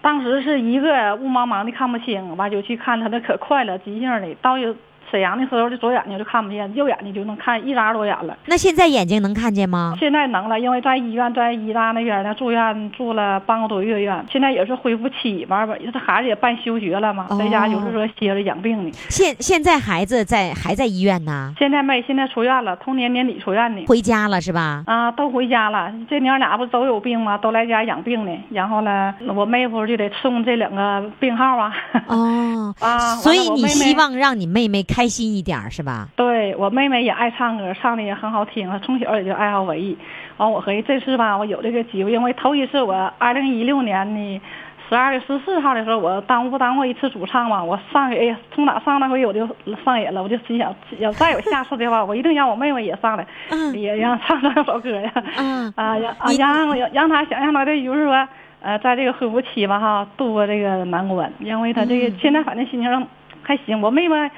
F: 当时是一个雾茫茫的看不清，完就去看他，那可快了，急性的。到有沈阳的时候，这左眼睛就看不见，右眼睛就能看一眨多眼了。
A: 那现在眼睛能看见吗？
F: 现在能了，因为在医院，在医大那边呢住院住了半个多月院，现在也是恢复期，完吧，这孩子也办休学了嘛，
A: 哦
F: 在家就是说歇着养病呢。
A: 现现在孩子在还在医院呢，
F: 现在没，现在出院了，同年年底出院的。
A: 回家了是吧？
F: 啊，都回家了。这娘俩不都有病吗？都来家养病呢。然后呢，我妹夫就得送这两个病号啊。
A: 哦，
F: 啊，完了
A: 所以
F: 我
A: 你
F: 妹妹
A: 希望让你妹妹开心一点儿是吧？
F: 对我妹妹也爱唱歌，唱的也很好听，从小也就爱好文艺。完，我合计这次吧，我有这个机会，因为头一次我二零一六年呢。十二月十四号的时候，我当不当过一次主唱嘛？我上去，哎呀，从哪上那回我就上瘾了，我就心想，要再有下次的话，我一定让我妹妹也上来，
A: 嗯
F: 也让唱这首歌呀。
A: 嗯
F: 啊，让啊
A: 你
F: 让让让她想让她这，比如说，呃，在这个恢复期吧哈，度过这个难关，因为她这
A: 嗯
F: 个、现在反正心情上还行，我妹妹。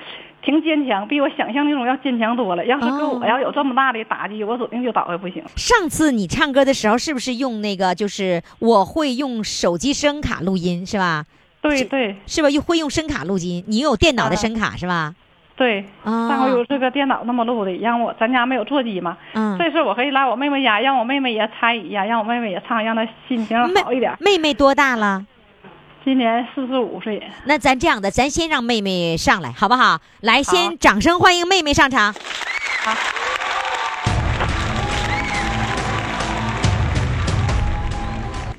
F: 挺坚强，比我想象那种要坚强多了。要是跟
A: 哦
F: 我要有这么大的打击，我指定就倒下不行。
A: 上次你唱歌的时候，是不是用那个？就是我会用手机声卡录音，是吧？
F: 对
A: 是
F: 对
A: 是吧？又会用声卡录音，你有电脑的
F: 啊
A: 声卡、是吧？
F: 对，
A: 啊
F: 上回有这个电脑那么录的，让我咱家没有座机嘛。
A: 嗯，
F: 这次我可以来我妹妹家，让我妹妹也参与呀，让我妹妹也唱，让她心情好一点。
A: 妹妹多大了？
F: 今年四十五岁，
A: 那咱这样的，咱先让妹妹上来，好不好？来，先掌声欢迎妹妹上场。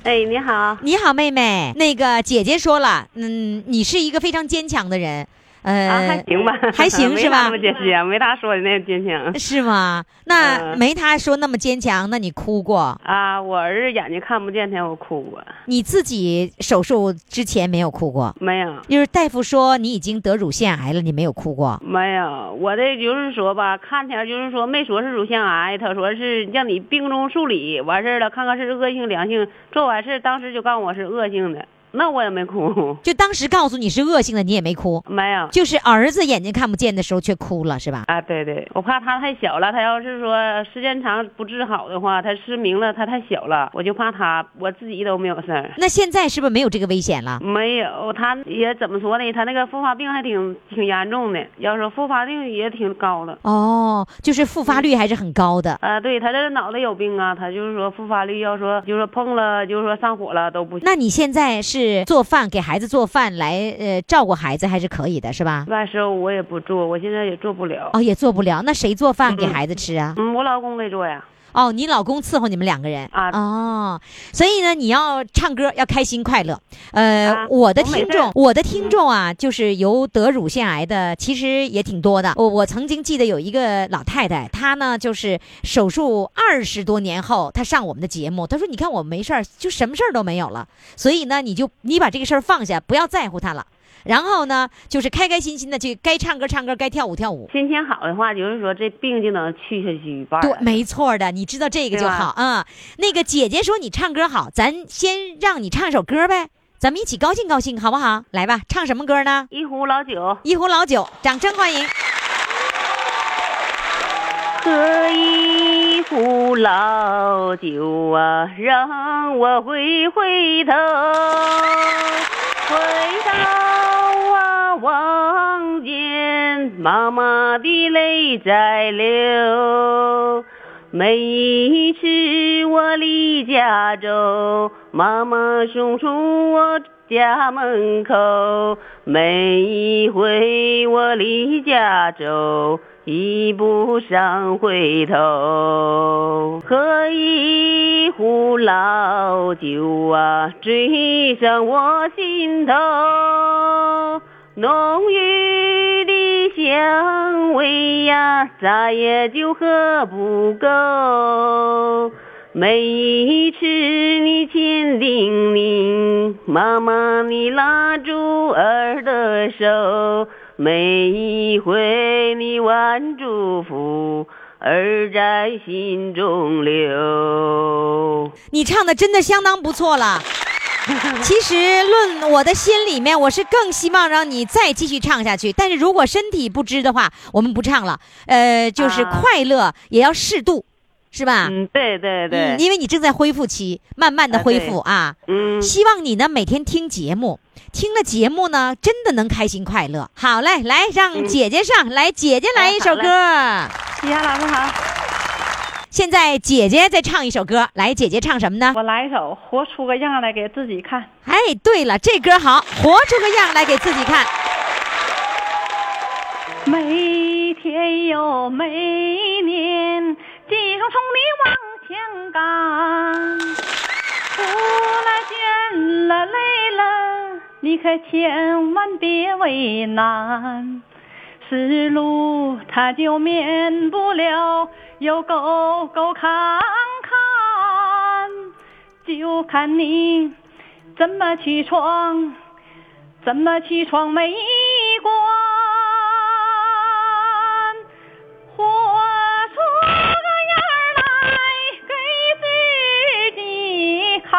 D: 哎，你好，
A: 你好，妹妹。那个姐姐说了，嗯，你是一个非常坚强的人，呃，
D: 啊，还行吧，
A: 还行是吧
D: 没啥那么坚强，没他说的那坚强。
A: 是吗？那
D: 嗯
A: 没她说那么坚强，那你哭过？
D: 啊，我儿子眼睛看不见，前我哭过，
A: 你自己手术之前没有哭过？
D: 没有，
A: 就是大夫说你已经得乳腺癌了，你没有哭 过。
D: 没有，我这就是说吧，看起来就是说没说是乳腺癌，他说是让你病中处理，完事儿了，看看是恶性良性，做完事儿当时就告诉我是恶性的，那我也没哭，
A: 就当时告诉你是恶性的，你也没哭，
D: 没有。
A: 就是儿子眼睛看不见的时候却哭了，是吧？
D: 啊，对对，我怕他太小了，他要是说时间长不治好的话，他失明了，他太小了，我就怕他，我自己都没有事儿。
A: 那现在是不是没有这个危险了？
D: 没有，他也怎么说呢？他那个复发病还挺挺严重的，要说复发率也挺高的。
A: 哦，就是复发率还是很高的。
D: 啊、对他这脑袋有病啊，他就是说复发率要说就是说碰了就是说上火了都不行。
A: 那你现在是做饭给孩子做饭来呃照顾孩子还是可以的，是吧？
D: 外食我也不做，我现在也做不了。
A: 哦，也做不了，那谁做饭给孩子吃啊？
D: 嗯，我老公给做呀。
A: 哦，你老公伺候你们两个人
D: 啊
A: 哦，所以呢，你要唱歌要开心快乐。呃，
D: 啊
A: 我的
D: 我每
A: 听
D: 次
A: 众，我的听众啊，就是有得乳腺癌的，其实也挺多的。我我曾经记得有一个老太太，她呢就是手术二十多年后，她上我们的节目，她说：“你看我没事儿，就什么事儿都没有了。所以呢，你就你把这个事儿放下，不要在乎它了。然后呢，就是开开心心的去，该唱歌唱歌，该跳舞跳舞。”
D: 心情好的话，就是说这病就能去下去一半儿
A: 对
D: 了。，
A: 没错儿的，你知道这个就
D: 对吧
A: 好啊、那个姐姐说你唱歌好，咱先让你唱首歌呗，咱们一起高兴高兴，好不好？来吧，唱什么歌呢？
D: 一壶老酒，
A: 一壶老酒，掌声欢迎。
D: 喝一壶老酒啊，让我回回头，回到啊望见妈妈的泪在流。每一次我离家走，妈妈送出我家门口。每一回我离家走，一步上回头。喝一壶老酒啊，醉上我心头。浓郁的香味呀，咋也就喝不够。每一次你千叮咛，妈妈你拉住儿的手，每一回你万祝福，儿在心中留。
A: 你唱的真的相当不错 了。其实，论我的心里面，我是更希望让你再继续唱下去。但是如果身体不支的话，我们不唱了。呃，就是
D: 啊
A: 快乐也要适度，是吧？
D: 嗯，对对对
A: 嗯，因为你正在恢复期，慢慢的
D: 啊
A: 恢
D: 对
A: 复啊
D: 嗯，
A: 希望你呢每天听节目，听了节目呢，真的能开心快乐。好嘞，来
D: 嗯
A: 让姐姐上、来，姐姐来一首歌。
F: 李佳老师好，
A: 现在姐姐再唱一首歌，来，姐姐唱什么呢？
F: 我来一首《活出个样来给自己看》。
A: 哎，对了，这歌好，活出个样来给自己看。
F: 每天又每年，急匆匆地往前赶，苦了倦了累了，你可千万别为难。死路它就免不了有沟沟坎坎，就看你
E: 怎么起床？怎么起床没关？活出个样儿来给自己看，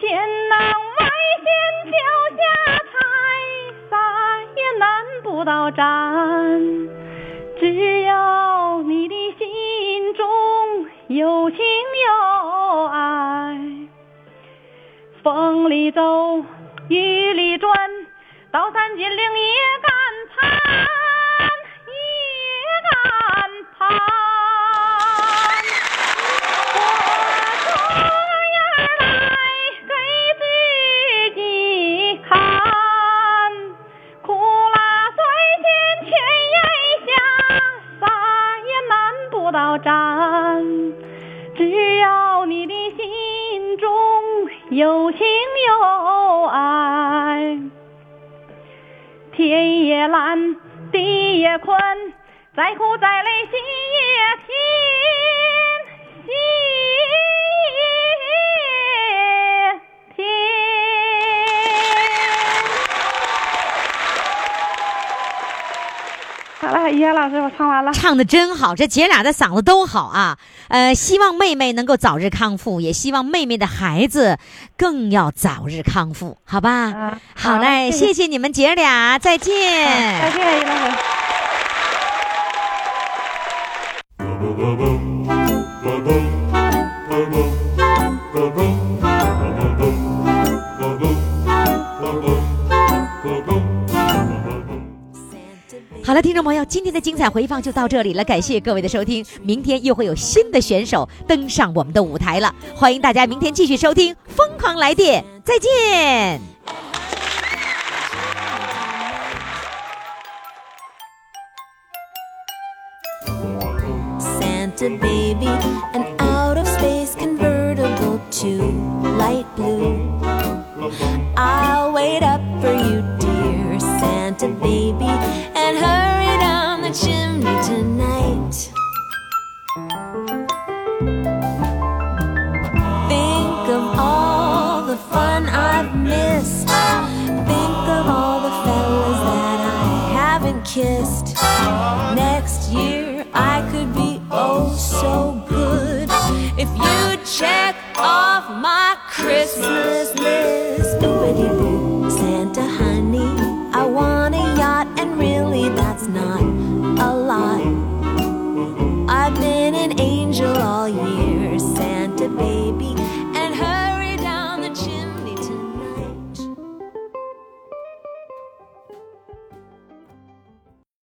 E: 千难万险脚下踩，啥也难不倒咱。只要你的心中有情有爱，风里走，雨里转，到三金陵也敢攀，也敢攀。活出样儿来给自己看，苦辣酸咸全咽下，啥也难不倒咱。只要你的心中有情有爱，天也蓝，地也宽，再苦再累心也平，心也平。好了，叶老师，我唱完了。
A: 唱的真好，这姐俩的嗓子都好啊。呃，希望妹妹能够早日康复，也希望妹妹的孩子更要早日康复，好吧？
E: 啊
A: 好嘞，
E: 谢
A: 谢谢你们姐俩，再见。
F: 啊
E: 再见，叶老师。
A: 好了，听众朋友，今天的精彩回放就到这里了，感谢各位的收听。明天又会有新的选手登上我们的舞台了，欢迎大家明天继续收听《疯狂来电》，再见。
I: Santa baby, an out of space convertible to light blue. I'll wait up for you, dear Santa baby, and hurry down the chimney tonight. Think of all the fun I've missed. Think of all the fellas that I haven't kissed. Next year I could be oh so good if you change.